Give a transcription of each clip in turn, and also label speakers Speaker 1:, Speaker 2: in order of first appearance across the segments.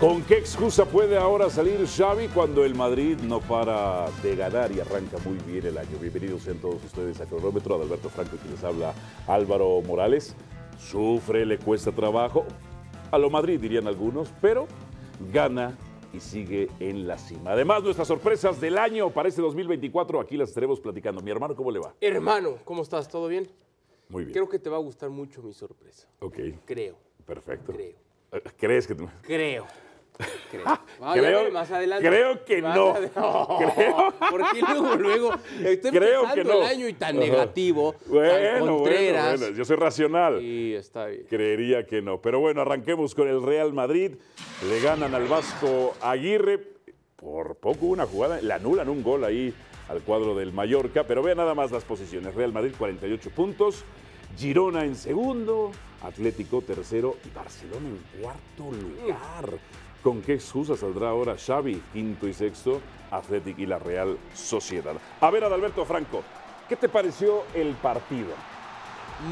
Speaker 1: ¿Con qué excusa puede ahora salir Xavi cuando el Madrid no para de ganar y arranca muy bien el año? Bienvenidos sean todos ustedes a Cronómetro, Adalberto Franco, quien les habla Álvaro Morales. Sufre, le cuesta trabajo, a lo Madrid dirían algunos, pero gana y sigue en la cima. Además, nuestras sorpresas del año para este 2024, aquí las estaremos platicando. Mi hermano, ¿cómo le va?
Speaker 2: Hermano, ¿cómo estás? ¿Todo bien?
Speaker 1: Muy bien.
Speaker 2: Creo que te va a gustar mucho mi sorpresa.
Speaker 1: Ok,
Speaker 2: Creo,
Speaker 1: perfecto. Eh,
Speaker 2: creo,
Speaker 1: ¿Crees que te-
Speaker 2: creo. Creo. Vamos a
Speaker 1: Ah, Creo-
Speaker 2: ver más adelante.
Speaker 1: creo que
Speaker 2: Más
Speaker 1: no.
Speaker 2: ade- Porque luego, luego, estoy
Speaker 1: Creo
Speaker 2: empezando
Speaker 1: que no.
Speaker 2: el año y tan
Speaker 1: Ajá.
Speaker 2: negativo, tan
Speaker 1: Bueno, bueno,
Speaker 2: contreras.
Speaker 1: bueno, yo soy racional.
Speaker 2: Y está bien.
Speaker 1: Creería que no. Pero bueno, arranquemos con el Real Madrid. Le ganan al Vasco Aguirre. Por poco una jugada. Le anulan un gol ahí al cuadro del Mallorca. Pero vean nada más las posiciones. Real Madrid 48 puntos. Girona en segundo. Atlético tercero. Y Barcelona en cuarto lugar. ¿Con qué excusa saldrá ahora Xavi? Quinto y sexto. Atlético y la Real Sociedad. A ver, Adalberto Franco. ¿Qué te pareció el partido?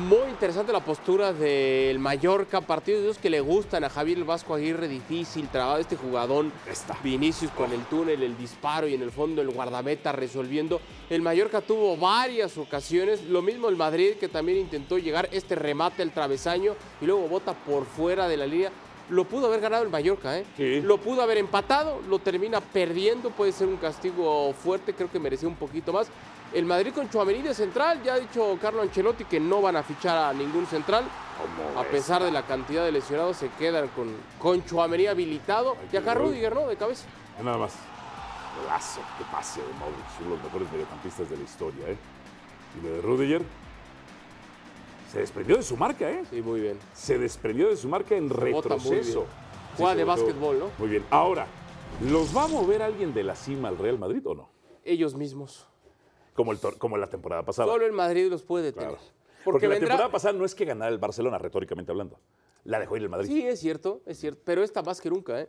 Speaker 2: Muy interesante la postura del Mallorca, partidos de esos que le gustan a Javier el Vasco Aguirre, difícil, trabado este jugadón.
Speaker 1: Está.
Speaker 2: Vinicius con el túnel, el disparo y en el fondo el guardameta resolviendo. El Mallorca tuvo varias ocasiones, lo mismo el Madrid que también intentó llegar este remate al travesaño y luego bota por fuera de la línea. Lo pudo haber ganado el Mallorca, ¿eh?
Speaker 1: Sí.
Speaker 2: Lo pudo haber empatado, lo termina perdiendo, puede ser un castigo fuerte, creo que merecía un poquito más. El Madrid con Chuamení de central, ya ha dicho Carlo Ancelotti que no van a fichar a ningún central.
Speaker 1: ¿Cómo
Speaker 2: A
Speaker 1: ves?
Speaker 2: pesar de la cantidad de lesionados, se quedan con, con Tchouaméni habilitado y acá Rudiger, ¿no? De cabeza.
Speaker 1: Nada más. Golazo, qué pase de Modric. Son los mejores mediocampistas de la historia, ¿eh? Y lo de Rudiger. Se desprendió de su marca, ¿eh?
Speaker 2: Sí, muy bien.
Speaker 1: Se desprendió de su marca en
Speaker 2: Bota muy
Speaker 1: retroceso.
Speaker 2: bien. Juega
Speaker 1: se
Speaker 2: de
Speaker 1: botó.
Speaker 2: básquetbol, ¿no?
Speaker 1: Muy bien. Ahora, ¿los va a mover alguien de la cima al Real Madrid o no?
Speaker 2: Ellos mismos.
Speaker 1: Como, el tor- como la temporada pasada.
Speaker 2: Solo el Madrid los puede detener.
Speaker 1: Claro.
Speaker 2: Porque,
Speaker 1: Porque, la
Speaker 2: vendrá.
Speaker 1: temporada pasada no es que ganara el Barcelona, retóricamente hablando. La dejó ir el Madrid.
Speaker 2: Sí, es cierto, es cierto. Pero esta más que nunca, ¿eh?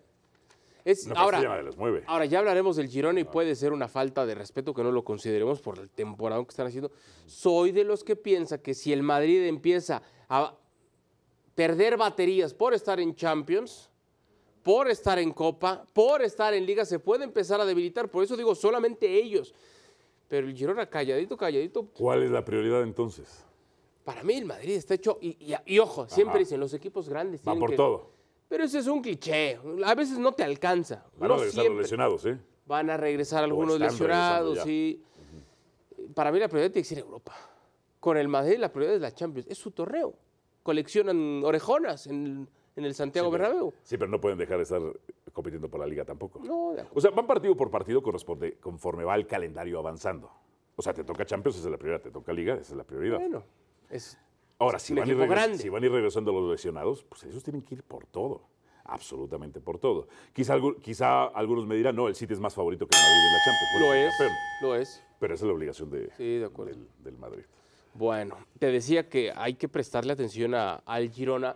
Speaker 2: Es,
Speaker 1: No, pero
Speaker 2: ahora,
Speaker 1: ese ya nadie los mueve.
Speaker 2: Ahora ya hablaremos del Girona y puede ser una falta de respeto que no lo consideremos por el temporada que están haciendo. Soy de los que piensa que si el Madrid empieza a perder baterías por estar en Champions, por estar en Copa, por estar en Liga, se puede empezar a debilitar. Por eso digo solamente ellos. Pero el Girona calladito, calladito,
Speaker 1: ¿Cuál es la prioridad entonces?
Speaker 2: para mí el Madrid está hecho, y, y- y ojo, siempre
Speaker 1: Ajá.
Speaker 2: dicen los equipos grandes.
Speaker 1: Va
Speaker 2: tienen
Speaker 1: por
Speaker 2: que-
Speaker 1: todo.
Speaker 2: Pero ese es un cliché. A veces no te alcanza.
Speaker 1: Van a
Speaker 2: No
Speaker 1: regresar los
Speaker 2: siempre.
Speaker 1: lesionados, ¿eh?
Speaker 2: Van a regresar algunos
Speaker 1: están regresando
Speaker 2: lesionados,
Speaker 1: ya.
Speaker 2: sí. Para mí la prioridad tiene que ser Europa. Con el Madrid la prioridad es la Champions. Es su torneo. Coleccionan orejonas en, en el Santiago Bernabéu.
Speaker 1: Sí, pero no pueden dejar de estar compitiendo por la liga tampoco.
Speaker 2: No, de acuerdo.
Speaker 1: O sea, van partido por partido corresponde conforme va el calendario avanzando. O sea, te toca Champions, esa es la prioridad, te toca Liga, esa es la prioridad.
Speaker 2: Bueno, es-
Speaker 1: Ahora,
Speaker 2: es
Speaker 1: si
Speaker 2: un
Speaker 1: van, y
Speaker 2: equipo
Speaker 1: regres-
Speaker 2: grande.
Speaker 1: si van y regresando los lesionados, pues ellos tienen que ir por todo, absolutamente por todo. Quizá, algu- quizá algunos me dirán, no, el City es más favorito que el Madrid en la Champions. Bueno,
Speaker 2: lo es,
Speaker 1: campeón,
Speaker 2: lo es.
Speaker 1: pero esa es la obligación de,
Speaker 2: Sí, de acuerdo.
Speaker 1: del, del Madrid.
Speaker 2: Bueno, te decía que hay que prestarle atención a, al Girona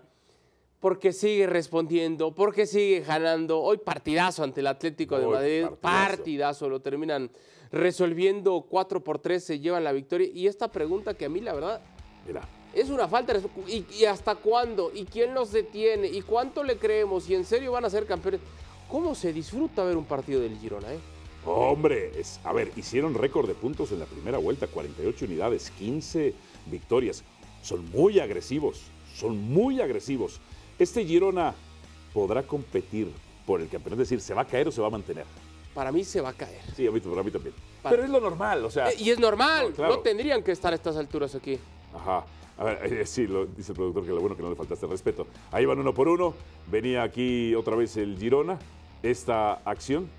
Speaker 2: porque sigue respondiendo, porque sigue ganando. Hoy partidazo ante el Atlético de
Speaker 1: Muy
Speaker 2: Madrid, partidazo.
Speaker 1: partidazo.
Speaker 2: lo terminan resolviendo 4 por 3, se llevan la victoria. Y esta pregunta que a mí la verdad
Speaker 1: Mira,
Speaker 2: es una falta de respeto. ¿Y, y hasta cuándo? ¿Y quién los detiene? ¿Y cuánto le creemos? ¿Y en serio van a ser campeones? ¿Cómo se disfruta ver un partido del Girona? eh?
Speaker 1: Hombre, es- a ver, hicieron récord de puntos en la primera vuelta, 48 unidades, 15 victorias. Son muy agresivos, son muy agresivos. Este Girona podrá competir por el campeonato, es decir, ¿se va a caer o se va a mantener?
Speaker 2: Para mí se va a caer.
Speaker 1: Sí, a mí, para mí también.
Speaker 2: Para-
Speaker 1: Pero es lo normal, o sea.
Speaker 2: Eh, Y es normal,
Speaker 1: Ah, No, claro.
Speaker 2: no tendrían que estar a estas alturas aquí.
Speaker 1: Ajá. A ver, eh, sí, lo dice el productor que lo bueno que no le faltaste el respeto. Ahí van uno por uno. Venía aquí otra vez el Girona. Esta acción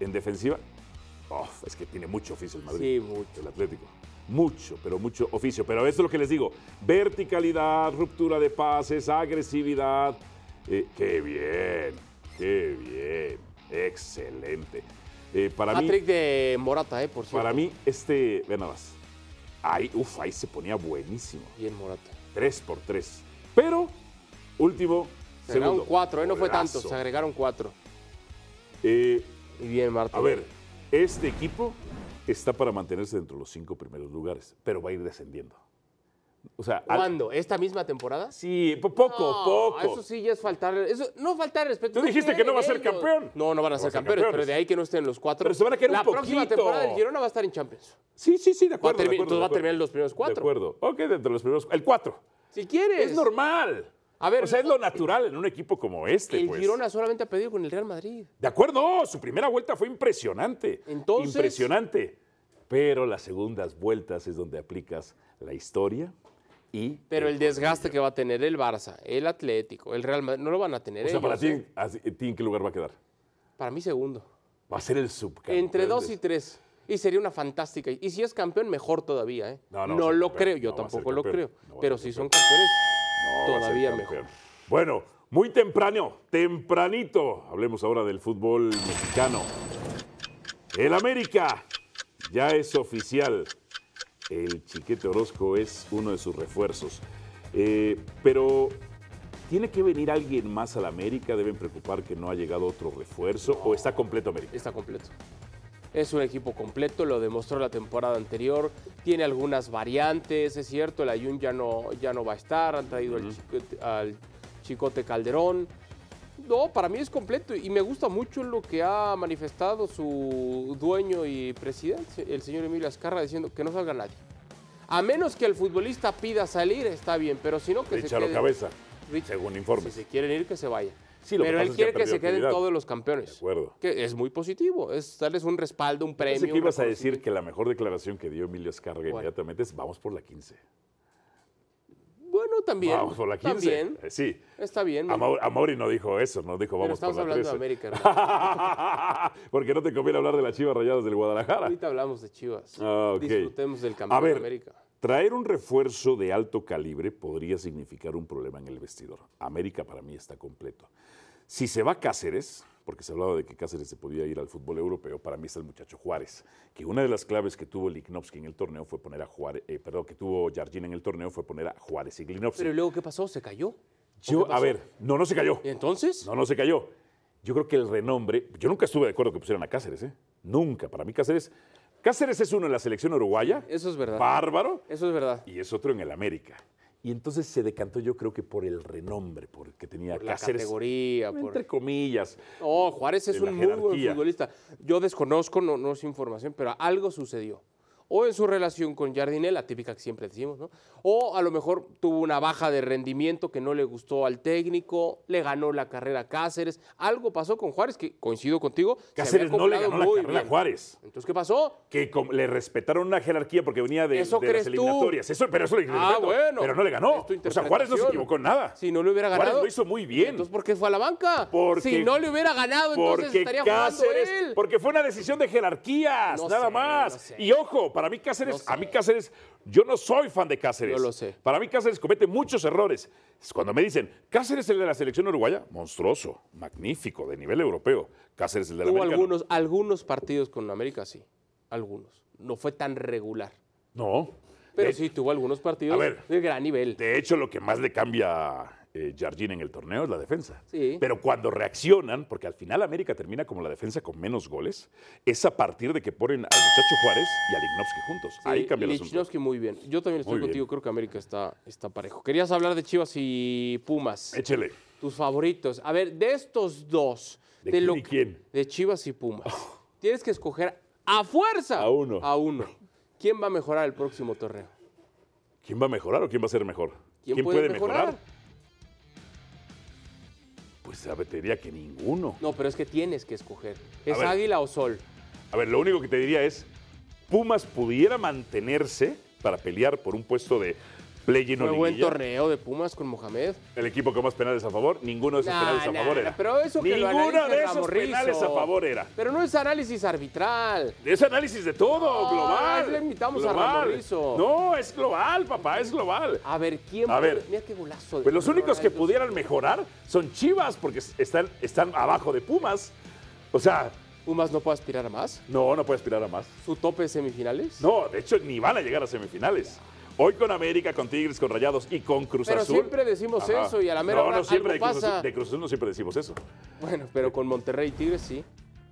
Speaker 1: En defensiva, oh, es que tiene mucho oficio el Madrid.
Speaker 2: Sí, mucho.
Speaker 1: El Atlético. Mucho, pero mucho oficio. Pero eso es lo que les digo. Verticalidad, ruptura de pases, agresividad. Eh, ¡Qué bien! ¡Qué bien! Excelente. Eh, para mí,
Speaker 2: Patrick de Morata, ¿eh? Por cierto.
Speaker 1: para mí, este, ve nada más. Ahí, uf, ahí se ponía buenísimo.
Speaker 2: Bien Morata.
Speaker 1: 3 por 3. Pero, último,
Speaker 2: Se agregaron
Speaker 1: segundo.
Speaker 2: cuatro, ¿eh? No fue tanto,
Speaker 1: Golazo.
Speaker 2: se agregaron cuatro.
Speaker 1: Eh,
Speaker 2: Y bien, Marta.
Speaker 1: a ver, este equipo está para mantenerse dentro de los cinco primeros lugares, pero va a ir descendiendo. O sea, al-
Speaker 2: ¿Cuándo? ¿Esta misma temporada?
Speaker 1: sí, po- poco,
Speaker 2: No,
Speaker 1: poco.
Speaker 2: Eso sí ya es faltar. Eso, no faltar el respeto.
Speaker 1: Tú dijiste que no va a ser
Speaker 2: ellos.
Speaker 1: campeón.
Speaker 2: No, no van a ser campeones, pero
Speaker 1: campeones.
Speaker 2: de ahí que no estén los cuatro.
Speaker 1: Pero se van a caer
Speaker 2: La
Speaker 1: un
Speaker 2: próxima
Speaker 1: poquito.
Speaker 2: temporada del Girona va a estar en Champions.
Speaker 1: sí, sí, sí, de acuerdo.
Speaker 2: termi-
Speaker 1: de acuerdo,
Speaker 2: entonces
Speaker 1: de
Speaker 2: va a
Speaker 1: acuerdo.
Speaker 2: terminar en los primeros cuatro.
Speaker 1: De acuerdo. Ok, dentro de los primeros El cuatro.
Speaker 2: Si quieres.
Speaker 1: Es normal.
Speaker 2: A ver,
Speaker 1: o sea, es lo natural en un equipo como este,
Speaker 2: El
Speaker 1: pues.
Speaker 2: Girona solamente ha pedido con el Real Madrid.
Speaker 1: De acuerdo, su primera vuelta fue impresionante.
Speaker 2: Entonces-
Speaker 1: Impresionante. Pero las segundas vueltas es donde aplicas la historia y.
Speaker 2: Pero el desgaste
Speaker 1: colmillo.
Speaker 2: que va a tener el Barça, el Atlético, el Real Madrid, no lo van a tener
Speaker 1: O sea,
Speaker 2: ellos,
Speaker 1: para ti,
Speaker 2: ¿eh?
Speaker 1: ¿en- así- en ti, ¿en qué lugar va a quedar?
Speaker 2: Para mí segundo.
Speaker 1: Va a ser el subcampeón.
Speaker 2: Entre dos
Speaker 1: de-
Speaker 2: y tres. Y sería una fantástica. Y si es campeón, mejor todavía, ¿eh?
Speaker 1: No, no va a ser
Speaker 2: lo
Speaker 1: campeón,
Speaker 2: creo, yo
Speaker 1: no va a ser
Speaker 2: tampoco lo
Speaker 1: campeón,
Speaker 2: creo.
Speaker 1: no va a
Speaker 2: pero
Speaker 1: ser
Speaker 2: si son campeones,
Speaker 1: No, va a ser
Speaker 2: todavía
Speaker 1: campeón.
Speaker 2: mejor.
Speaker 1: Bueno, muy temprano, tempranito. Hablemos ahora del fútbol mexicano. El América ya es oficial. El Chiquete Orozco es uno de sus refuerzos. Eh, pero, ¿tiene que venir alguien más al América? ¿Deben preocupar que no ha llegado otro refuerzo? ¿O está completo América?
Speaker 2: Está completo. Es un equipo completo, lo demostró la temporada anterior. Tiene algunas variantes, es cierto. El Ayun ya no, ya no va a estar. Han traído al, Chicote, al Chicote Calderón. No, para mí es completo y me gusta mucho lo que ha manifestado su dueño y presidente, el señor Emilio Azcarra, diciendo que no salga nadie. A menos que el futbolista pida salir, está bien, pero si no que se
Speaker 1: Richard
Speaker 2: quede.
Speaker 1: Cabeza,
Speaker 2: Rich-
Speaker 1: según informes.
Speaker 2: Si se quieren ir, que se vayan.
Speaker 1: Sí, lo que
Speaker 2: pero
Speaker 1: pasa
Speaker 2: él
Speaker 1: es que
Speaker 2: quiere
Speaker 1: ha
Speaker 2: que,
Speaker 1: perdido
Speaker 2: se queden
Speaker 1: actividad.
Speaker 2: todos los campeones.
Speaker 1: De acuerdo.
Speaker 2: Que es muy positivo, es darles un respaldo, un premio.
Speaker 1: Pensé que
Speaker 2: un
Speaker 1: ibas a decir
Speaker 2: reconocimiento.
Speaker 1: que la mejor declaración que dio Emilio Escarga
Speaker 2: ¿Cuál?
Speaker 1: inmediatamente es vamos por la 15.
Speaker 2: Bueno, también.
Speaker 1: vamos por la 15.
Speaker 2: También.
Speaker 1: Eh, Sí.
Speaker 2: Está bien.
Speaker 1: A Mauri, a Mauri no dijo eso, no dijo
Speaker 2: pero
Speaker 1: vamos por
Speaker 2: estamos
Speaker 1: la
Speaker 2: hablando
Speaker 1: 13.
Speaker 2: de América, hermano.
Speaker 1: Porque no te conviene hablar de las chivas rayadas del Guadalajara.
Speaker 2: Ahorita hablamos de Chivas.
Speaker 1: Ah, ok.
Speaker 2: Disfrutemos del
Speaker 1: A
Speaker 2: campeón de
Speaker 1: ver,
Speaker 2: América.
Speaker 1: traer un refuerzo de alto calibre podría significar un problema en el vestidor. América para mí está completo. Si se va Cáceres, porque se hablaba de que Cáceres se podía ir al fútbol europeo, para mí está el muchacho Juárez, que una de las claves que tuvo Lignovsky en el torneo fue poner a Juárez, eh, perdón, que tuvo Jardín en el torneo fue poner a Juárez y Lignovsky.
Speaker 2: Pero ¿y luego, ¿qué pasó? ¿Se cayó?
Speaker 1: Yo,
Speaker 2: qué
Speaker 1: a
Speaker 2: pasó?
Speaker 1: ver, no, no se cayó.
Speaker 2: ¿Y entonces?
Speaker 1: No, no se cayó. Yo creo que el renombre, yo nunca estuve de acuerdo que pusieran a Cáceres, ¿eh? Nunca. Para mí Cáceres, Cáceres es uno en la selección uruguaya.
Speaker 2: Eso es verdad.
Speaker 1: Bárbaro.
Speaker 2: Eso es verdad.
Speaker 1: Y es otro en el América. Y entonces se decantó yo creo que por el renombre, porque tenía
Speaker 2: Por la
Speaker 1: Cáceres.
Speaker 2: categoría, por...
Speaker 1: Entre comillas.
Speaker 2: No, Juárez es
Speaker 1: de la
Speaker 2: un muy buen
Speaker 1: jerarquía.
Speaker 2: futbolista. Yo desconozco, no, no es información, pero algo sucedió. O en su relación con Jardinel, la típica que siempre decimos, ¿no? O a lo mejor tuvo una baja de rendimiento que no le gustó al técnico, le ganó la carrera a Cáceres. Algo pasó con Juárez, que coincido contigo. se había
Speaker 1: Cáceres no le
Speaker 2: acoplado
Speaker 1: ganó la
Speaker 2: muy
Speaker 1: carrera a
Speaker 2: bien.
Speaker 1: Juárez.
Speaker 2: Entonces, ¿qué pasó?
Speaker 1: Que com- le respetaron una jerarquía porque venía de,
Speaker 2: ¿Eso
Speaker 1: de las
Speaker 2: crees tú?
Speaker 1: eliminatorias. Eso, pero eso le
Speaker 2: Ah,
Speaker 1: respeto.
Speaker 2: bueno.
Speaker 1: Pero no le ganó.
Speaker 2: Es tu
Speaker 1: O sea, Juárez no se
Speaker 2: interpretación.
Speaker 1: equivocó en nada.
Speaker 2: Si no le hubiera ganado.
Speaker 1: Juárez lo hizo muy bien.
Speaker 2: Entonces, ¿por qué fue a la banca?
Speaker 1: Porque-
Speaker 2: si no le hubiera ganado, entonces
Speaker 1: Porque
Speaker 2: estaría
Speaker 1: Cáceres,
Speaker 2: jugando él.
Speaker 1: porque fue una decisión de jerarquías,
Speaker 2: No
Speaker 1: nada
Speaker 2: sé,
Speaker 1: más.
Speaker 2: no sé.
Speaker 1: Y ojo, para mí Cáceres,
Speaker 2: No sé.
Speaker 1: a mí Cáceres, yo no soy fan de Cáceres.
Speaker 2: Yo lo sé.
Speaker 1: Para mí Cáceres comete muchos errores. Es Cuando me dicen, Cáceres el de la selección uruguaya, monstruoso, magnífico, de nivel europeo. Cáceres el de la
Speaker 2: Hubo
Speaker 1: América, no.
Speaker 2: algunos, algunos partidos con América, sí. Algunos. No fue tan regular.
Speaker 1: No.
Speaker 2: Pero
Speaker 1: De-
Speaker 2: sí tuvo algunos partidos
Speaker 1: A ver.
Speaker 2: de gran nivel.
Speaker 1: De hecho, lo que más le cambia eh, Jardín en el torneo es la defensa.
Speaker 2: Sí.
Speaker 1: Pero cuando reaccionan, porque al final América termina como la defensa con menos goles, es a partir de que ponen al muchacho Juárez y a Lignovsky juntos. Ahí
Speaker 2: Sí,
Speaker 1: cambia el asunto.
Speaker 2: Lichnowsky muy bien. Yo también estoy
Speaker 1: Muy bien.
Speaker 2: contigo, creo que América está, está parejo. Querías hablar de Chivas y Pumas,
Speaker 1: Échele.
Speaker 2: tus favoritos. A ver, de estos dos,
Speaker 1: ¿De quién y
Speaker 2: que-
Speaker 1: quién? Oh.
Speaker 2: de Chivas y Pumas, tienes que escoger a fuerza
Speaker 1: A uno.
Speaker 2: A uno. ¿Quién va a mejorar el próximo torneo?
Speaker 1: ¿Quién va a mejorar o quién va a ser mejor?
Speaker 2: ¿Quién puede mejorar?
Speaker 1: Pues sabe, te diría que ninguno.
Speaker 2: No, pero es que tienes que escoger. ¿Es
Speaker 1: ver.
Speaker 2: Águila o Sol?
Speaker 1: A ver, lo único que te diría es, Pumas pudiera mantenerse para pelear por un puesto de Plegino
Speaker 2: Fue buen
Speaker 1: Liguilla.
Speaker 2: torneo de Pumas con Mohamed.
Speaker 1: El equipo con más penales a favor, ninguno de esos
Speaker 2: Nah,
Speaker 1: penales a
Speaker 2: nah,
Speaker 1: favor
Speaker 2: nah,
Speaker 1: era.
Speaker 2: pero eso que lo
Speaker 1: Ninguno
Speaker 2: analice
Speaker 1: de esos
Speaker 2: Ramos Rizzo.
Speaker 1: penales a favor era.
Speaker 2: Pero no es análisis arbitral.
Speaker 1: Es análisis de todo,
Speaker 2: No,
Speaker 1: global.
Speaker 2: le invitamos a
Speaker 1: global.
Speaker 2: Ramón Rizzo.
Speaker 1: No, es global, papá, es global.
Speaker 2: A ver, ¿quién?
Speaker 1: A ver.
Speaker 2: Mira qué golazo. de
Speaker 1: Pues los únicos que
Speaker 2: Ronaldo.
Speaker 1: pudieran mejorar son Chivas, porque están, están abajo de Pumas. O sea,
Speaker 2: Pumas no puede aspirar a más.
Speaker 1: no, no puede aspirar a más.
Speaker 2: Su tope es semifinales.
Speaker 1: No, de hecho, ni van a llegar a semifinales. Hoy con América, con Tigres, con Rayados y con Cruz
Speaker 2: Pero
Speaker 1: Azul.
Speaker 2: siempre decimos eso y a la mera
Speaker 1: no,
Speaker 2: hora
Speaker 1: no siempre
Speaker 2: algo
Speaker 1: de Cruz Azul-
Speaker 2: pasa.
Speaker 1: de Cruz Azul no siempre decimos eso.
Speaker 2: Bueno, pero con Monterrey y Tigres sí.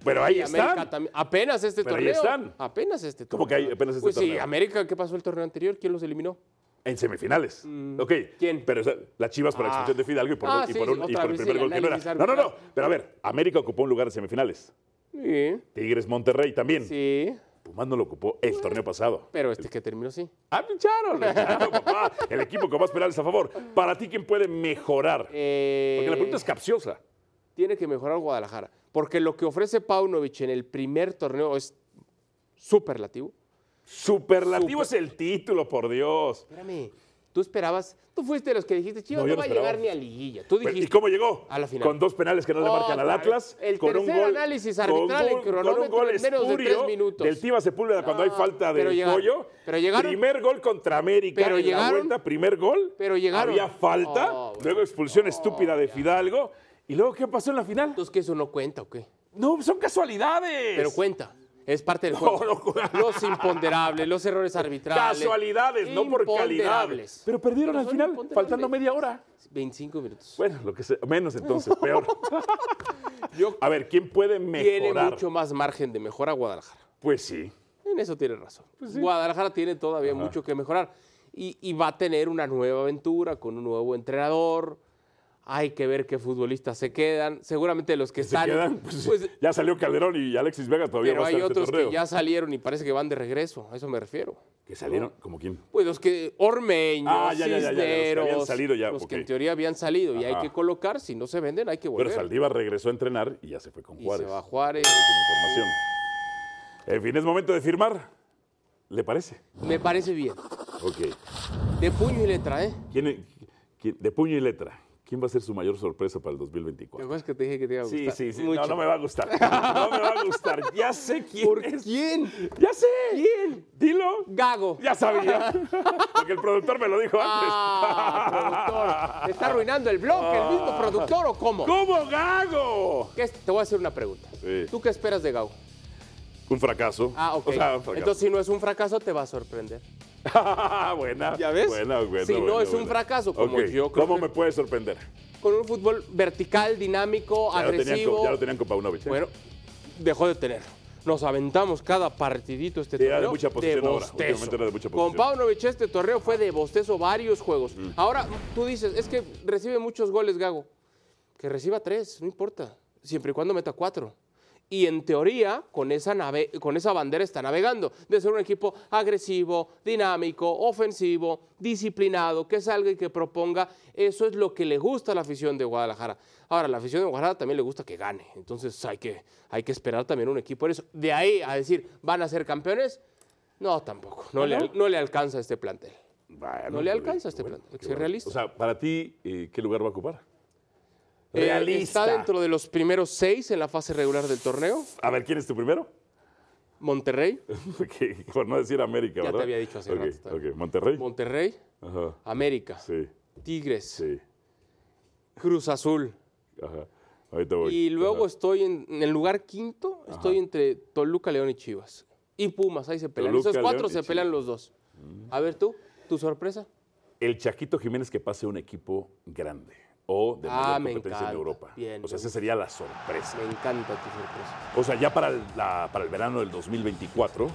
Speaker 1: Pero ahí
Speaker 2: Y América
Speaker 1: están.
Speaker 2: también. Apenas este
Speaker 1: Pero ahí
Speaker 2: torneo.
Speaker 1: están.
Speaker 2: Apenas este torneo.
Speaker 1: ¿Cómo que hay apenas este
Speaker 2: Pues sí,
Speaker 1: torneo?
Speaker 2: América, ¿qué pasó el torneo anterior? ¿Quién los eliminó?
Speaker 1: En semifinales. Ok.
Speaker 2: Mm. ¿Quién?
Speaker 1: Pero o sea, las Chivas por
Speaker 2: Ah.
Speaker 1: expulsión de Fidalgo y por,
Speaker 2: Ah,
Speaker 1: y
Speaker 2: sí,
Speaker 1: por un- y
Speaker 2: otra
Speaker 1: por el
Speaker 2: vez
Speaker 1: primer
Speaker 2: el
Speaker 1: gol que no era.
Speaker 2: análisis
Speaker 1: No, no, no.
Speaker 2: arbitral.
Speaker 1: Pero a ver, América ocupó un lugar en semifinales.
Speaker 2: Sí.
Speaker 1: Tigres Monterrey también.
Speaker 2: Sí.
Speaker 1: Pumas no lo ocupó el torneo pasado.
Speaker 2: Pero este que terminó sí.
Speaker 1: ¡Ah, pincharon! le echaron, papá. El equipo con más penales a favor. Para ti, ¿quién puede mejorar?
Speaker 2: Eh,
Speaker 1: Porque la pregunta es capciosa.
Speaker 2: Tiene que mejorar Guadalajara. Porque lo que ofrece Paunovic en el primer torneo es superlativo.
Speaker 1: Superlativo es el título, por Dios.
Speaker 2: Espérame, tú esperabas, tú fuiste de los que dijiste, Chivas
Speaker 1: No,
Speaker 2: no,
Speaker 1: yo no
Speaker 2: va a
Speaker 1: esperaba.
Speaker 2: llegar ni a liguilla. Tú
Speaker 1: Pero,
Speaker 2: dijiste,
Speaker 1: ¿Y cómo llegó?
Speaker 2: A la final.
Speaker 1: Con dos penales que no le marcan
Speaker 2: Otra
Speaker 1: al
Speaker 2: vez.
Speaker 1: Atlas.
Speaker 2: El
Speaker 1: con un
Speaker 2: tercer
Speaker 1: gol,
Speaker 2: análisis arbitral en
Speaker 1: gol- Con un
Speaker 2: cronómetro
Speaker 1: gol
Speaker 2: en menos de tres
Speaker 1: espurio
Speaker 2: minutos.
Speaker 1: Del Tiva Sepúlveda cuando
Speaker 2: No,
Speaker 1: hay falta
Speaker 2: pero
Speaker 1: del
Speaker 2: llegaron,
Speaker 1: pollo.
Speaker 2: pero llegaron.
Speaker 1: Primer gol contra América.
Speaker 2: Pero
Speaker 1: en La
Speaker 2: llegaron.
Speaker 1: vuelta, primer gol.
Speaker 2: Pero llegaron.
Speaker 1: Había falta.
Speaker 2: Oh, bueno.
Speaker 1: luego expulsión estúpida de Fidalgo. ¿Y luego qué pasó en la final?
Speaker 2: entonces que eso no cuenta o qué.
Speaker 1: No, son casualidades.
Speaker 2: Pero cuenta, es parte del
Speaker 1: No,
Speaker 2: juego.
Speaker 1: no cuenta.
Speaker 2: los imponderables, los errores arbitrales.
Speaker 1: Casualidades, no por calidad.
Speaker 2: Imponderables.
Speaker 1: Pero perdieron
Speaker 2: Pero
Speaker 1: al
Speaker 2: son
Speaker 1: final,
Speaker 2: imponderables.
Speaker 1: faltando media hora.
Speaker 2: 25 minutos.
Speaker 1: Bueno, lo que sea, menos entonces, peor.
Speaker 2: Yo-
Speaker 1: A ver, ¿quién puede mejorar?
Speaker 2: Tiene mucho más margen de mejora Guadalajara.
Speaker 1: Pues sí.
Speaker 2: En eso tiene razón. Guadalajara tiene todavía mucho que mejorar. Y, y va a tener una nueva aventura con un nuevo entrenador. Hay que ver qué futbolistas se quedan. Seguramente los que
Speaker 1: Se
Speaker 2: están.
Speaker 1: quedan, pues,
Speaker 2: pues,
Speaker 1: ya salió Calderón y Alexis Vegas todavía
Speaker 2: pero
Speaker 1: va a
Speaker 2: hay
Speaker 1: estar en este
Speaker 2: otros que
Speaker 1: torneo.
Speaker 2: ya salieron y parece que van de regreso. A eso me refiero.
Speaker 1: Que salieron, ¿como quién?
Speaker 2: Pues los que. Ormeño,
Speaker 1: Ah, ya, ya, ya, ya, los que habían
Speaker 2: Cisneros.
Speaker 1: salido ya,
Speaker 2: los que
Speaker 1: ok.
Speaker 2: en teoría habían salido. Y hay
Speaker 1: Ajá.
Speaker 2: que colocar. Si no se venden, hay que
Speaker 1: Pero
Speaker 2: volver.
Speaker 1: Saldívar regresó a entrenar y ya se fue con
Speaker 2: y se
Speaker 1: Juárez.
Speaker 2: va Juárez.
Speaker 1: Última información. En fin, es momento de firmar. ¿Le parece?
Speaker 2: Me parece bien.
Speaker 1: Ok.
Speaker 2: De puño y letra, ¿eh?
Speaker 1: ¿Quién, quién- de puño y letra, ¿quién va a ser su mayor sorpresa para el
Speaker 2: ¿Te
Speaker 1: 2024?
Speaker 2: acuerdas que te dije que te iba a
Speaker 1: Sí,
Speaker 2: gustar?
Speaker 1: sí, sí.
Speaker 2: Mucho.
Speaker 1: No, no me va a gustar. No me va a gustar. Ya sé quién
Speaker 2: ¿Por
Speaker 1: es.
Speaker 2: quién?
Speaker 1: Ya sé. Dilo.
Speaker 2: Gago.
Speaker 1: Ya sabía. Porque el productor me lo dijo antes.
Speaker 2: Ah, productor. ¿Te está arruinando el blog el mismo productor o cómo?
Speaker 1: Ah. ¿Cómo Gago?
Speaker 2: ¿Qué es- Te voy a hacer una pregunta.
Speaker 1: Sí.
Speaker 2: ¿Tú qué esperas de Gago?
Speaker 1: Un fracaso.
Speaker 2: Ah, ok.
Speaker 1: O sea, un fracaso.
Speaker 2: Entonces, si no es un fracaso, te va a sorprender.
Speaker 1: buena.
Speaker 2: ¿Ya ves?
Speaker 1: Buena, buena,
Speaker 2: Si no
Speaker 1: buena,
Speaker 2: es un
Speaker 1: buena.
Speaker 2: fracaso, como
Speaker 1: Ok,
Speaker 2: yo creo
Speaker 1: ¿Cómo
Speaker 2: que-
Speaker 1: me puede sorprender?
Speaker 2: Con un fútbol vertical, dinámico,
Speaker 1: Ya lo, tenían
Speaker 2: agresivo.
Speaker 1: con, ya lo tenían con Paunovic. ¿eh?
Speaker 2: Bueno, dejó de tenerlo. Nos aventamos cada partidito este
Speaker 1: Sí, era
Speaker 2: torneo.
Speaker 1: de mucha posesión ahora.
Speaker 2: bostezo.
Speaker 1: Últimamente era de mucha Mm.
Speaker 2: Con
Speaker 1: posesión.
Speaker 2: Paunovic este torneo fue de bostezo varios juegos. Ahora tú dices, es que recibe muchos goles Gago. Que reciba tres, no importa. Siempre y cuando meta cuatro. Y en teoría, con esa, nave, con esa bandera está navegando. De ser un equipo agresivo, dinámico, ofensivo, disciplinado, que salga y que proponga. Eso es lo que le gusta a la afición de Guadalajara. Ahora, a la afición de Guadalajara también le gusta que gane. Entonces hay que, hay que esperar también un equipo en eso. De ahí a decir, ¿van a ser campeones? No, tampoco. No, le, al- no le alcanza a este plantel.
Speaker 1: Bueno,
Speaker 2: no le alcanza
Speaker 1: qué
Speaker 2: este
Speaker 1: bueno,
Speaker 2: plan,
Speaker 1: qué
Speaker 2: sé
Speaker 1: bueno.
Speaker 2: realista.
Speaker 1: O sea, para ti, eh, ¿qué lugar va a ocupar?
Speaker 2: Eh,
Speaker 1: Realista.
Speaker 2: está dentro de los primeros seis en la fase regular del torneo.
Speaker 1: A ver, ¿quién es tu primero?
Speaker 2: Monterrey,
Speaker 1: Ok, Por no decir América,
Speaker 2: Ya te
Speaker 1: ¿verdad?
Speaker 2: había dicho hace
Speaker 1: Ok,
Speaker 2: rato también.
Speaker 1: ok, Monterrey.
Speaker 2: Monterrey,
Speaker 1: Ajá.
Speaker 2: América,
Speaker 1: Sí,
Speaker 2: Tigres,
Speaker 1: sí.
Speaker 2: Cruz Azul.
Speaker 1: Ajá. Ahorita voy.
Speaker 2: Y luego
Speaker 1: Ajá.
Speaker 2: estoy en, en el lugar quinto, estoy entre Toluca, León y Chivas. Y Pumas, ahí se pelean.
Speaker 1: Toluca,
Speaker 2: Esos cuatro
Speaker 1: León y Mm.
Speaker 2: se pelean los dos. A ver tú, tu sorpresa.
Speaker 1: El Chaquito Jiménez que pase a un equipo grande o de mayor
Speaker 2: Ah, me
Speaker 1: competencia en
Speaker 2: encanta.
Speaker 1: Europa.
Speaker 2: Bien,
Speaker 1: o sea,
Speaker 2: me
Speaker 1: esa sería la sorpresa.
Speaker 2: Me encanta tu sorpresa.
Speaker 1: O sea, ya para el, la- para el verano del 2024,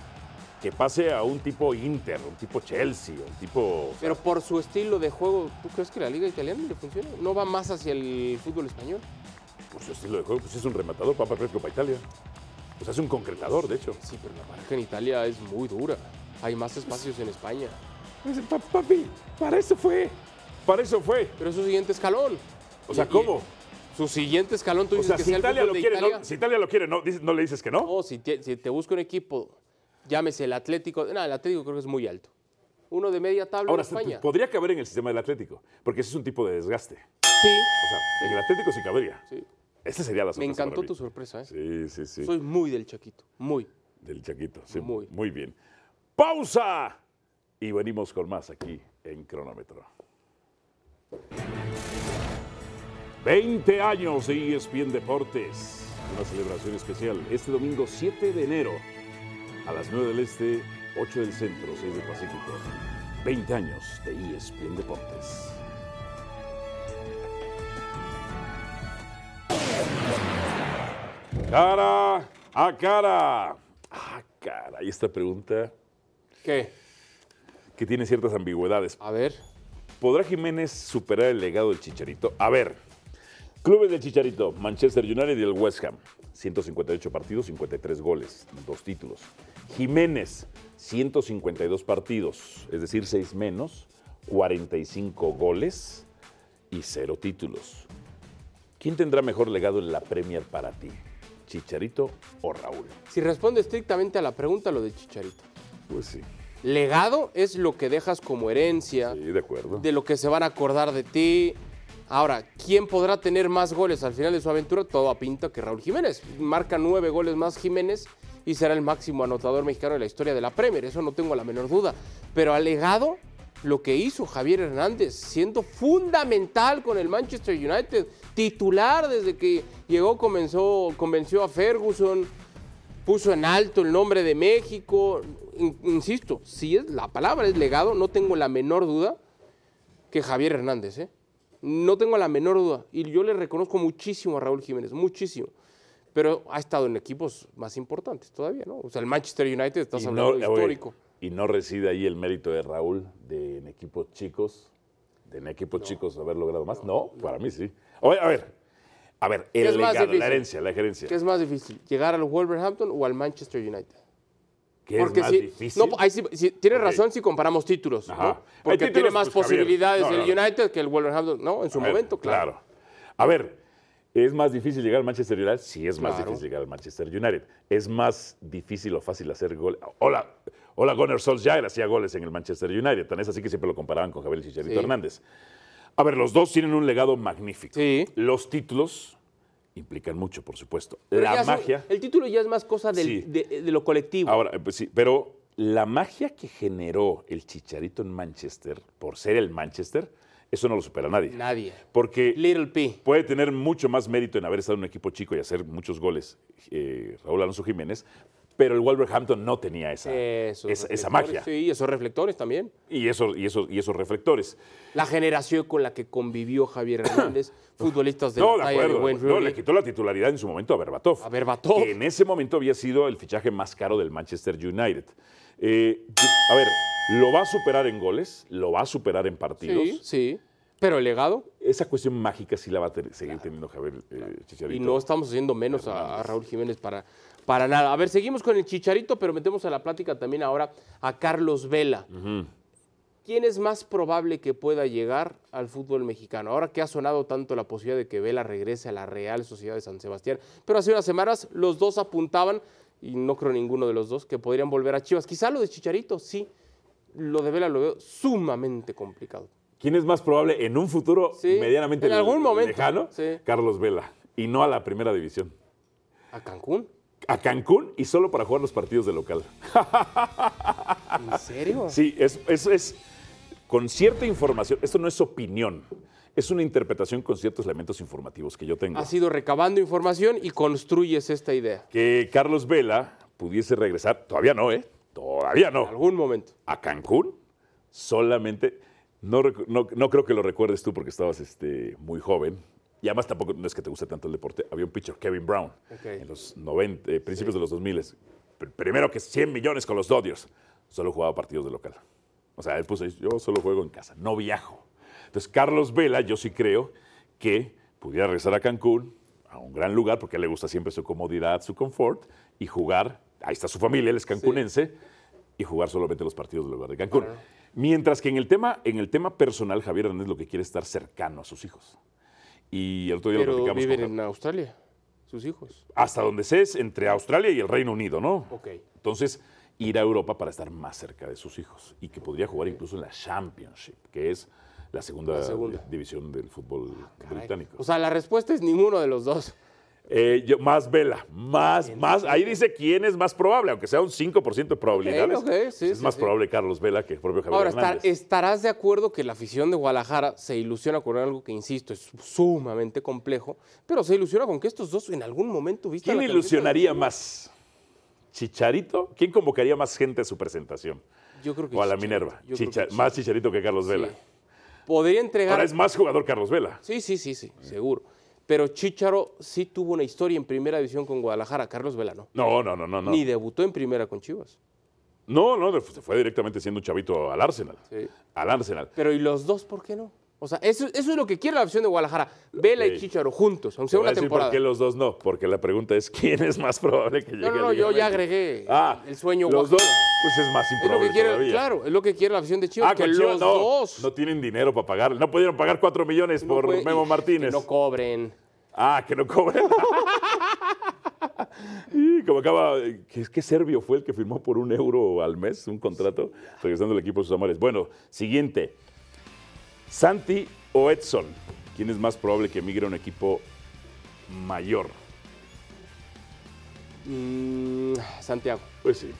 Speaker 1: que pase a un tipo Inter, un tipo Chelsea, un tipo...
Speaker 2: Pero por su estilo de juego, ¿tú crees que la liga italiana le funciona? ¿No va más hacia el fútbol español?
Speaker 1: Por su estilo de juego, pues es un rematador, papá fresco para Italia. O sea, es un concretador, de hecho.
Speaker 2: Sí, pero la marca en Italia es muy dura. Hay más espacios en España.
Speaker 1: Dice, "Pa- Papi, para eso fue. Para eso fue.
Speaker 2: Pero es su siguiente escalón.
Speaker 1: O
Speaker 2: Y-
Speaker 1: sea,
Speaker 2: y-
Speaker 1: ¿cómo?
Speaker 2: Su siguiente escalón, tú
Speaker 1: O
Speaker 2: dices
Speaker 1: sea,
Speaker 2: que
Speaker 1: si
Speaker 2: sea el
Speaker 1: Italia,
Speaker 2: fútbol
Speaker 1: lo
Speaker 2: de
Speaker 1: quiere,
Speaker 2: Italia. Oh,
Speaker 1: no, si Italia lo quiere, no, dices- no le dices que no.
Speaker 2: No, si te, si te busca un equipo, llámese el Atlético. No, el Atlético creo que es muy alto. uno de media tabla
Speaker 1: Ahora,
Speaker 2: en
Speaker 1: se-
Speaker 2: España.
Speaker 1: podría caber en el sistema del Atlético, porque ese es un tipo de desgaste. O
Speaker 2: Sí,
Speaker 1: sea, en el Atlético sí cabería.
Speaker 2: sí.
Speaker 1: Esa sería la
Speaker 2: Me
Speaker 1: sorpresa
Speaker 2: encantó
Speaker 1: para
Speaker 2: tu
Speaker 1: mí.
Speaker 2: sorpresa, ¿eh?
Speaker 1: Sí, sí, sí.
Speaker 2: Soy muy del Chaquito, muy.
Speaker 1: Del Chaquito. Sí, muy.
Speaker 2: Muy.
Speaker 1: bien. ¡Pausa! Y venimos con más aquí en Cronómetro. 20 años de E ESPN Deportes. Una celebración especial este domingo 7 de enero a las 9 del Este, 8 del Centro, 6 del Pacífico. 20 años de E ESPN Deportes. Cara a cara. Ah, cara. Y esta pregunta
Speaker 2: ¿Qué?
Speaker 1: que tiene ciertas ambigüedades.
Speaker 2: A ver,
Speaker 1: ¿Podrá Jiménez superar el legado del Chicharito? A ver, clubes del Chicharito, Manchester United y el West Ham. 158 partidos, 53 goles, dos títulos. Jiménez, 152 partidos, es decir, 6 menos, 45 goles y 0 títulos. ¿Quién tendrá mejor legado en la Premier para ti? ¿Chicharito o Raúl?
Speaker 2: si responde estrictamente a la pregunta, lo de Chicharito.
Speaker 1: Pues sí,
Speaker 2: Legado es lo que dejas como herencia,
Speaker 1: sí, de acuerdo.
Speaker 2: de lo que se van a acordar de ti. Ahora, ¿quién podrá tener más goles al final de su aventura? Todo apunta que Raúl Jiménez. Marca nueve goles más Jiménez y será el máximo anotador mexicano de la historia de la Premier. Eso no tengo la menor duda. Pero alegado lo que hizo Javier Hernández, siendo fundamental con el Manchester United, titular desde que llegó, comenzó, convenció a Ferguson, puso en alto el nombre de México. In- Insisto, si es la palabra es legado, no tengo la menor duda que Javier Hernández, ¿eh? No tengo la menor duda. Y yo le reconozco muchísimo a Raúl Jiménez, muchísimo. Pero ha estado en equipos más importantes todavía, ¿no? O sea, el Manchester United, estás
Speaker 1: Y
Speaker 2: hablando de
Speaker 1: a ver,
Speaker 2: histórico.
Speaker 1: y no reside ahí el mérito de Raúl de en equipos chicos, de en equipos chicos haber logrado más. No, para mí sí. A ver, a ver, a ver, el
Speaker 2: es más
Speaker 1: legado, la
Speaker 2: difícil?
Speaker 1: herencia, la herencia.
Speaker 2: ¿Qué es más difícil, llegar al Wolverhampton o al Manchester United?
Speaker 1: ¿Qué es más
Speaker 2: si,
Speaker 1: difícil?
Speaker 2: No, ahí sí- sí, tienes
Speaker 1: Ok.
Speaker 2: razón si comparamos títulos,
Speaker 1: Ajá.
Speaker 2: ¿no?
Speaker 1: Hay
Speaker 2: Porque tiene
Speaker 1: títulos,
Speaker 2: más
Speaker 1: pues, Javier.
Speaker 2: posibilidades
Speaker 1: No, no,
Speaker 2: el
Speaker 1: no.
Speaker 2: United que el Wolverhampton, ¿no? En su
Speaker 1: A ver,
Speaker 2: momento, claro.
Speaker 1: A ver, ¿es más difícil llegar al Manchester United? Sí, es más
Speaker 2: Claro.
Speaker 1: difícil llegar al Manchester United. ¿Es más difícil o fácil hacer goles? Hola, hola Gunnar Solskjaer hacía goles en el Manchester United. Tan es así que siempre lo comparaban con Javier Chicharito
Speaker 2: Sí.
Speaker 1: Hernández. A ver, los dos tienen un legado magnífico.
Speaker 2: Sí.
Speaker 1: Los títulos implican mucho, por supuesto.
Speaker 2: Pero
Speaker 1: La
Speaker 2: ya son-
Speaker 1: magia.
Speaker 2: el título ya es más cosa del-
Speaker 1: Sí.
Speaker 2: de, de lo colectivo.
Speaker 1: Ahora, eh, pues sí, pero la magia que generó el Chicharito en Manchester, por ser el Manchester, eso no lo supera nadie.
Speaker 2: Nadie.
Speaker 1: Porque
Speaker 2: Little P.
Speaker 1: puede tener mucho más mérito en haber estado en un equipo chico y hacer muchos goles eh, Raúl Alonso Jiménez, pero el Wolverhampton no tenía esa,
Speaker 2: Esos
Speaker 1: esa, esa
Speaker 2: reflectores,
Speaker 1: magia
Speaker 2: Sí, esos reflectores también.
Speaker 1: y, esos, y, esos, y esos reflectores.
Speaker 2: La generación con la que convivió Javier Hernández, futbolistas de
Speaker 1: no, de
Speaker 2: la talla de
Speaker 1: acuerdo.
Speaker 2: Wayne
Speaker 1: no,
Speaker 2: Rooney.
Speaker 1: le quitó la titularidad en su momento a Berbatov.
Speaker 2: A Berbatov.
Speaker 1: Que en ese momento había sido el fichaje más caro del Manchester United. Eh, a ver, lo va a superar en goles, lo va a superar en partidos.
Speaker 2: sí, sí. Pero el legado,
Speaker 1: Esa cuestión mágica sí la va a tener- seguir teniendo Javier eh, Chicharito.
Speaker 2: y no estamos haciendo menos a, a Raúl Jiménez para, para nada. A ver, seguimos con el Chicharito, pero metemos a la plática también ahora a Carlos Vela. ¿Quién es más probable que pueda llegar al fútbol mexicano? Ahora que ha sonado tanto la posibilidad de que Vela regrese a la Real Sociedad de San Sebastián, pero hace unas semanas los dos apuntaban, y no creo ninguno de los dos, que podrían volver a Chivas. Quizá lo de Chicharito, sí. Lo de Vela lo veo sumamente complicado.
Speaker 1: ¿Quién es más probable en un futuro
Speaker 2: Sí,
Speaker 1: medianamente
Speaker 2: en algún
Speaker 1: le-
Speaker 2: momento,
Speaker 1: lejano?
Speaker 2: sí.
Speaker 1: Carlos Vela. Y no a la primera división.
Speaker 2: ¿A Cancún?
Speaker 1: A Cancún y solo para jugar los partidos de local.
Speaker 2: ¿En serio?
Speaker 1: Sí, es, es- es con cierta información. Esto no es opinión. Es una interpretación con ciertos elementos informativos que yo tengo.
Speaker 2: Has ido recabando información y construyes esta idea.
Speaker 1: Que Carlos Vela pudiese regresar. Todavía no, ¿eh? Todavía no.
Speaker 2: En algún momento.
Speaker 1: a Cancún solamente. No, recu- no- no creo que lo recuerdes tú porque estabas este, muy joven. Y además tampoco no es que te guste tanto el deporte. Había un pitcher, Kevin Brown,
Speaker 2: Ok.
Speaker 1: en los 90, eh, principios de los 2000. Pr- Primero que 100 millones con los Dodgers. Solo jugaba partidos de local. O sea, él puso, ahí, yo solo juego en casa, no viajo. Entonces, Carlos Vela, yo sí creo que pudiera regresar a Cancún, a un gran lugar, porque a él le gusta siempre su comodidad, su confort, y jugar. Ahí está su familia, él es cancunense y jugar solamente los partidos del lugar de Cancún. Mientras que en el tema, en el tema personal, Javier Hernández lo que quiere es estar cercano a sus hijos. Y el otro día lo
Speaker 2: Pero
Speaker 1: platicamos
Speaker 2: viven
Speaker 1: con-
Speaker 2: en Australia, sus hijos.
Speaker 1: hasta donde se es entre Australia y el Reino Unido, ¿no?
Speaker 2: Ok.
Speaker 1: Entonces, ir a Europa para estar más cerca de sus hijos y que podría jugar incluso en la Championship, que es la segunda,
Speaker 2: La segunda. Ah,
Speaker 1: di- división del fútbol
Speaker 2: Caray.
Speaker 1: británico.
Speaker 2: O sea, la respuesta es ninguno de los dos.
Speaker 1: Eh, yo- más vela, más, más. Ahí dice quién es más probable, aunque sea un 5% de probabilidades.
Speaker 2: Ok, ok, sí,
Speaker 1: es
Speaker 2: sí,
Speaker 1: más
Speaker 2: sí.
Speaker 1: probable Carlos Vela que el propio Javier
Speaker 2: Ahora, estar-
Speaker 1: Hernández.
Speaker 2: estarás de acuerdo que la afición de Guadalajara se ilusiona con algo que, insisto, es sumamente complejo, pero se ilusiona con que estos dos en algún momento viste.
Speaker 1: ¿Quién ilusionaría más? ¿Chicharito? ¿Quién convocaría más gente a su presentación?
Speaker 2: Yo creo que
Speaker 1: O a la
Speaker 2: Chicharito.
Speaker 1: Minerva.
Speaker 2: Yo creo que
Speaker 1: Chicha- más Chicharito que Carlos Vela.
Speaker 2: Podría entregar.
Speaker 1: Ahora es más jugador Carlos Vela.
Speaker 2: Sí, sí, sí, sí, seguro. Pero Chicharo sí tuvo una historia en primera división con Guadalajara, Carlos Vela no.
Speaker 1: No, no, no, no. No,
Speaker 2: Ni debutó en primera con Chivas.
Speaker 1: no, no se fue directamente siendo un chavito al Arsenal.
Speaker 2: Sí.
Speaker 1: Al Arsenal.
Speaker 2: Pero ¿y los dos por qué no? O sea, eso, eso es lo que quiere la afición de Guadalajara. Vela
Speaker 1: Ok.
Speaker 2: y Chicharo juntos, aunque sea
Speaker 1: Te voy a
Speaker 2: una
Speaker 1: decir
Speaker 2: temporada.
Speaker 1: ¿Por qué los dos no? Porque la pregunta es quién es más probable que llegue
Speaker 2: No, no,
Speaker 1: a
Speaker 2: no,
Speaker 1: Liga
Speaker 2: yo ya
Speaker 1: MX?
Speaker 2: agregué
Speaker 1: Ah,
Speaker 2: el sueño
Speaker 1: Los
Speaker 2: guajiro.
Speaker 1: dos, pues es más
Speaker 2: Es lo
Speaker 1: improbable
Speaker 2: que quiere,
Speaker 1: todavía.
Speaker 2: claro, es lo que quiere la afición de Chivas,
Speaker 1: Ah,
Speaker 2: que
Speaker 1: con
Speaker 2: los
Speaker 1: Chivas no.
Speaker 2: dos
Speaker 1: No tienen dinero para pagar. No pudieron pagar 4 millones
Speaker 2: no
Speaker 1: por
Speaker 2: puede-
Speaker 1: Memo
Speaker 2: y-
Speaker 1: Martínez.
Speaker 2: que no cobren.
Speaker 1: Ah, que no cobra. y como acaba, que es que Serbio fue el que firmó por un euro al mes un contrato, regresando al equipo de sus amores. Bueno, siguiente. Santi o Edson, ¿quién es más probable que emigre a un equipo mayor?
Speaker 2: Mm, Santiago,
Speaker 1: Pues sí,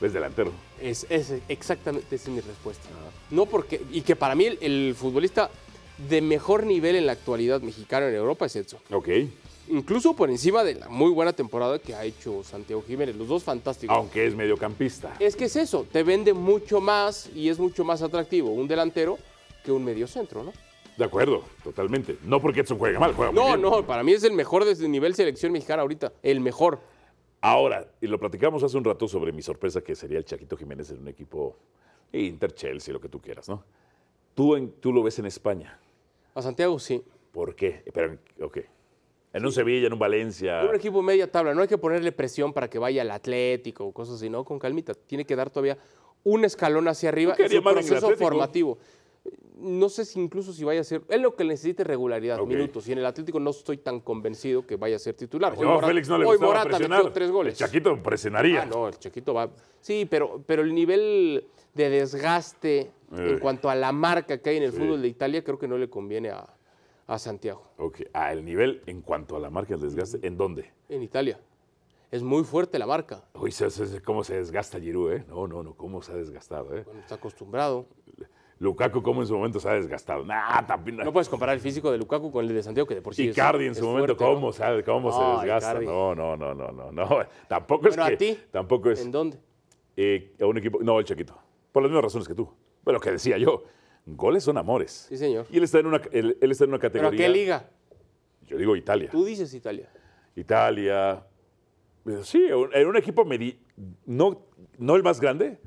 Speaker 1: es delantero.
Speaker 2: es, es exactamente esa es mi respuesta.
Speaker 1: Ah.
Speaker 2: No porque y que para mí el, el futbolista de mejor nivel en la actualidad mexicano en Europa es Edson.
Speaker 1: Ok.
Speaker 2: Incluso por encima de la muy buena temporada que ha hecho Santiago Jiménez, los dos fantásticos.
Speaker 1: Aunque es mediocampista.
Speaker 2: Es que es eso, te vende mucho más y es mucho más atractivo un delantero que un mediocentro, ¿no?
Speaker 1: De acuerdo, totalmente. No porque Edson juegue mal, juega muy
Speaker 2: No,
Speaker 1: bien.
Speaker 2: no, para mí es el mejor desde nivel selección mexicana ahorita, el mejor.
Speaker 1: Ahora, y lo platicamos hace un rato sobre mi sorpresa que sería el Chaquito Jiménez en un equipo Inter, Chelsea, lo que tú quieras, ¿no? Tú, en- tú lo ves en España.
Speaker 2: A Santiago sí.
Speaker 1: ¿Por qué? Pero, en- ok. En un Sevilla, en un Valencia.
Speaker 2: Un equipo media tabla, no hay que ponerle presión para que vaya al Atlético o cosas así, no, con calmita. Tiene que dar todavía un escalón hacia arriba
Speaker 1: Yo
Speaker 2: en
Speaker 1: quería
Speaker 2: su
Speaker 1: más en el
Speaker 2: proceso
Speaker 1: Atlético.
Speaker 2: formativo. No sé si incluso si vaya a ser. Es lo que necesita es regularidad,
Speaker 1: Ok.
Speaker 2: minutos. Y en el Atlético no estoy tan convencido que vaya a ser titular.
Speaker 1: Yo a Félix no le
Speaker 2: hoy
Speaker 1: gustaba
Speaker 2: Morata
Speaker 1: presionar.
Speaker 2: metió tres goles.
Speaker 1: El Chaquito presionaría.
Speaker 2: Ah, no, el Chiquito va. Sí, pero, pero el nivel de desgaste en
Speaker 1: Eh.
Speaker 2: cuanto a la marca que hay en el
Speaker 1: Sí.
Speaker 2: fútbol de Italia, creo que no le conviene a, a Santiago
Speaker 1: Ok. Ah, el nivel en cuanto a la marca del desgaste, ¿en dónde?
Speaker 2: en Italia. Es muy fuerte la marca.
Speaker 1: Uy, se- se- se- cómo se desgasta Giroud, ¿eh? No, no, no, cómo se ha desgastado, ¿eh?
Speaker 2: Bueno, está acostumbrado.
Speaker 1: Lukaku, cómo en su momento se ha desgastado. Nah, también.
Speaker 2: No puedes comparar el físico de Lukaku con el de Santiago, que de por sí es-
Speaker 1: Icardi en
Speaker 2: es
Speaker 1: su momento,
Speaker 2: fuerte, ¿no?
Speaker 1: ¿cómo, sabe cómo
Speaker 2: No,
Speaker 1: se desgasta?
Speaker 2: Icardi.
Speaker 1: No, no, no, no, no, no. Tampoco es
Speaker 2: Bueno, ¿a
Speaker 1: que-
Speaker 2: ti?
Speaker 1: Tampoco es
Speaker 2: ¿En dónde?
Speaker 1: eh, a un equipo... No, el Chaquito. Por las mismas razones que tú. Bueno, que decía yo. Goles son amores.
Speaker 2: Sí, señor.
Speaker 1: Y él está en una, él, él está en una
Speaker 2: ¿Pero a
Speaker 1: categoría...
Speaker 2: qué liga?
Speaker 1: Yo digo Italia.
Speaker 2: Tú dices Italia.
Speaker 1: Italia. Pero Sí, un- en un equipo medi- no, no el más grande,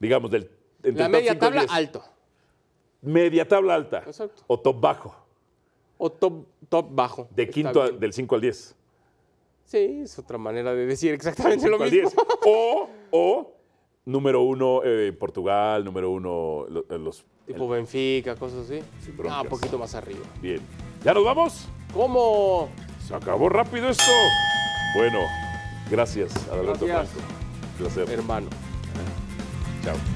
Speaker 1: digamos, del... entre
Speaker 2: La
Speaker 1: top
Speaker 2: media
Speaker 1: cinco y
Speaker 2: tabla
Speaker 1: diez.
Speaker 2: alto.
Speaker 1: Media tabla alta.
Speaker 2: Exacto.
Speaker 1: O top bajo.
Speaker 2: O top, top bajo.
Speaker 1: De
Speaker 2: Está
Speaker 1: quinto a-
Speaker 2: bien.
Speaker 1: del 5 al 10.
Speaker 2: Sí, es otra manera de decir exactamente lo
Speaker 1: Cinco al
Speaker 2: mismo.
Speaker 1: diez. O, o número uno eh, Portugal, número uno lo- eh, los...
Speaker 2: Tipo Benfica, cosas así.
Speaker 1: Sin
Speaker 2: Ah,
Speaker 1: broncas.
Speaker 2: un poquito más arriba.
Speaker 1: Bien. ¿Ya nos vamos?
Speaker 2: ¿Cómo?
Speaker 1: Se acabó rápido esto. Bueno, gracias, Adalberto
Speaker 2: Gracias.
Speaker 1: Franco. Un placer.
Speaker 2: Hermano.
Speaker 1: Chao.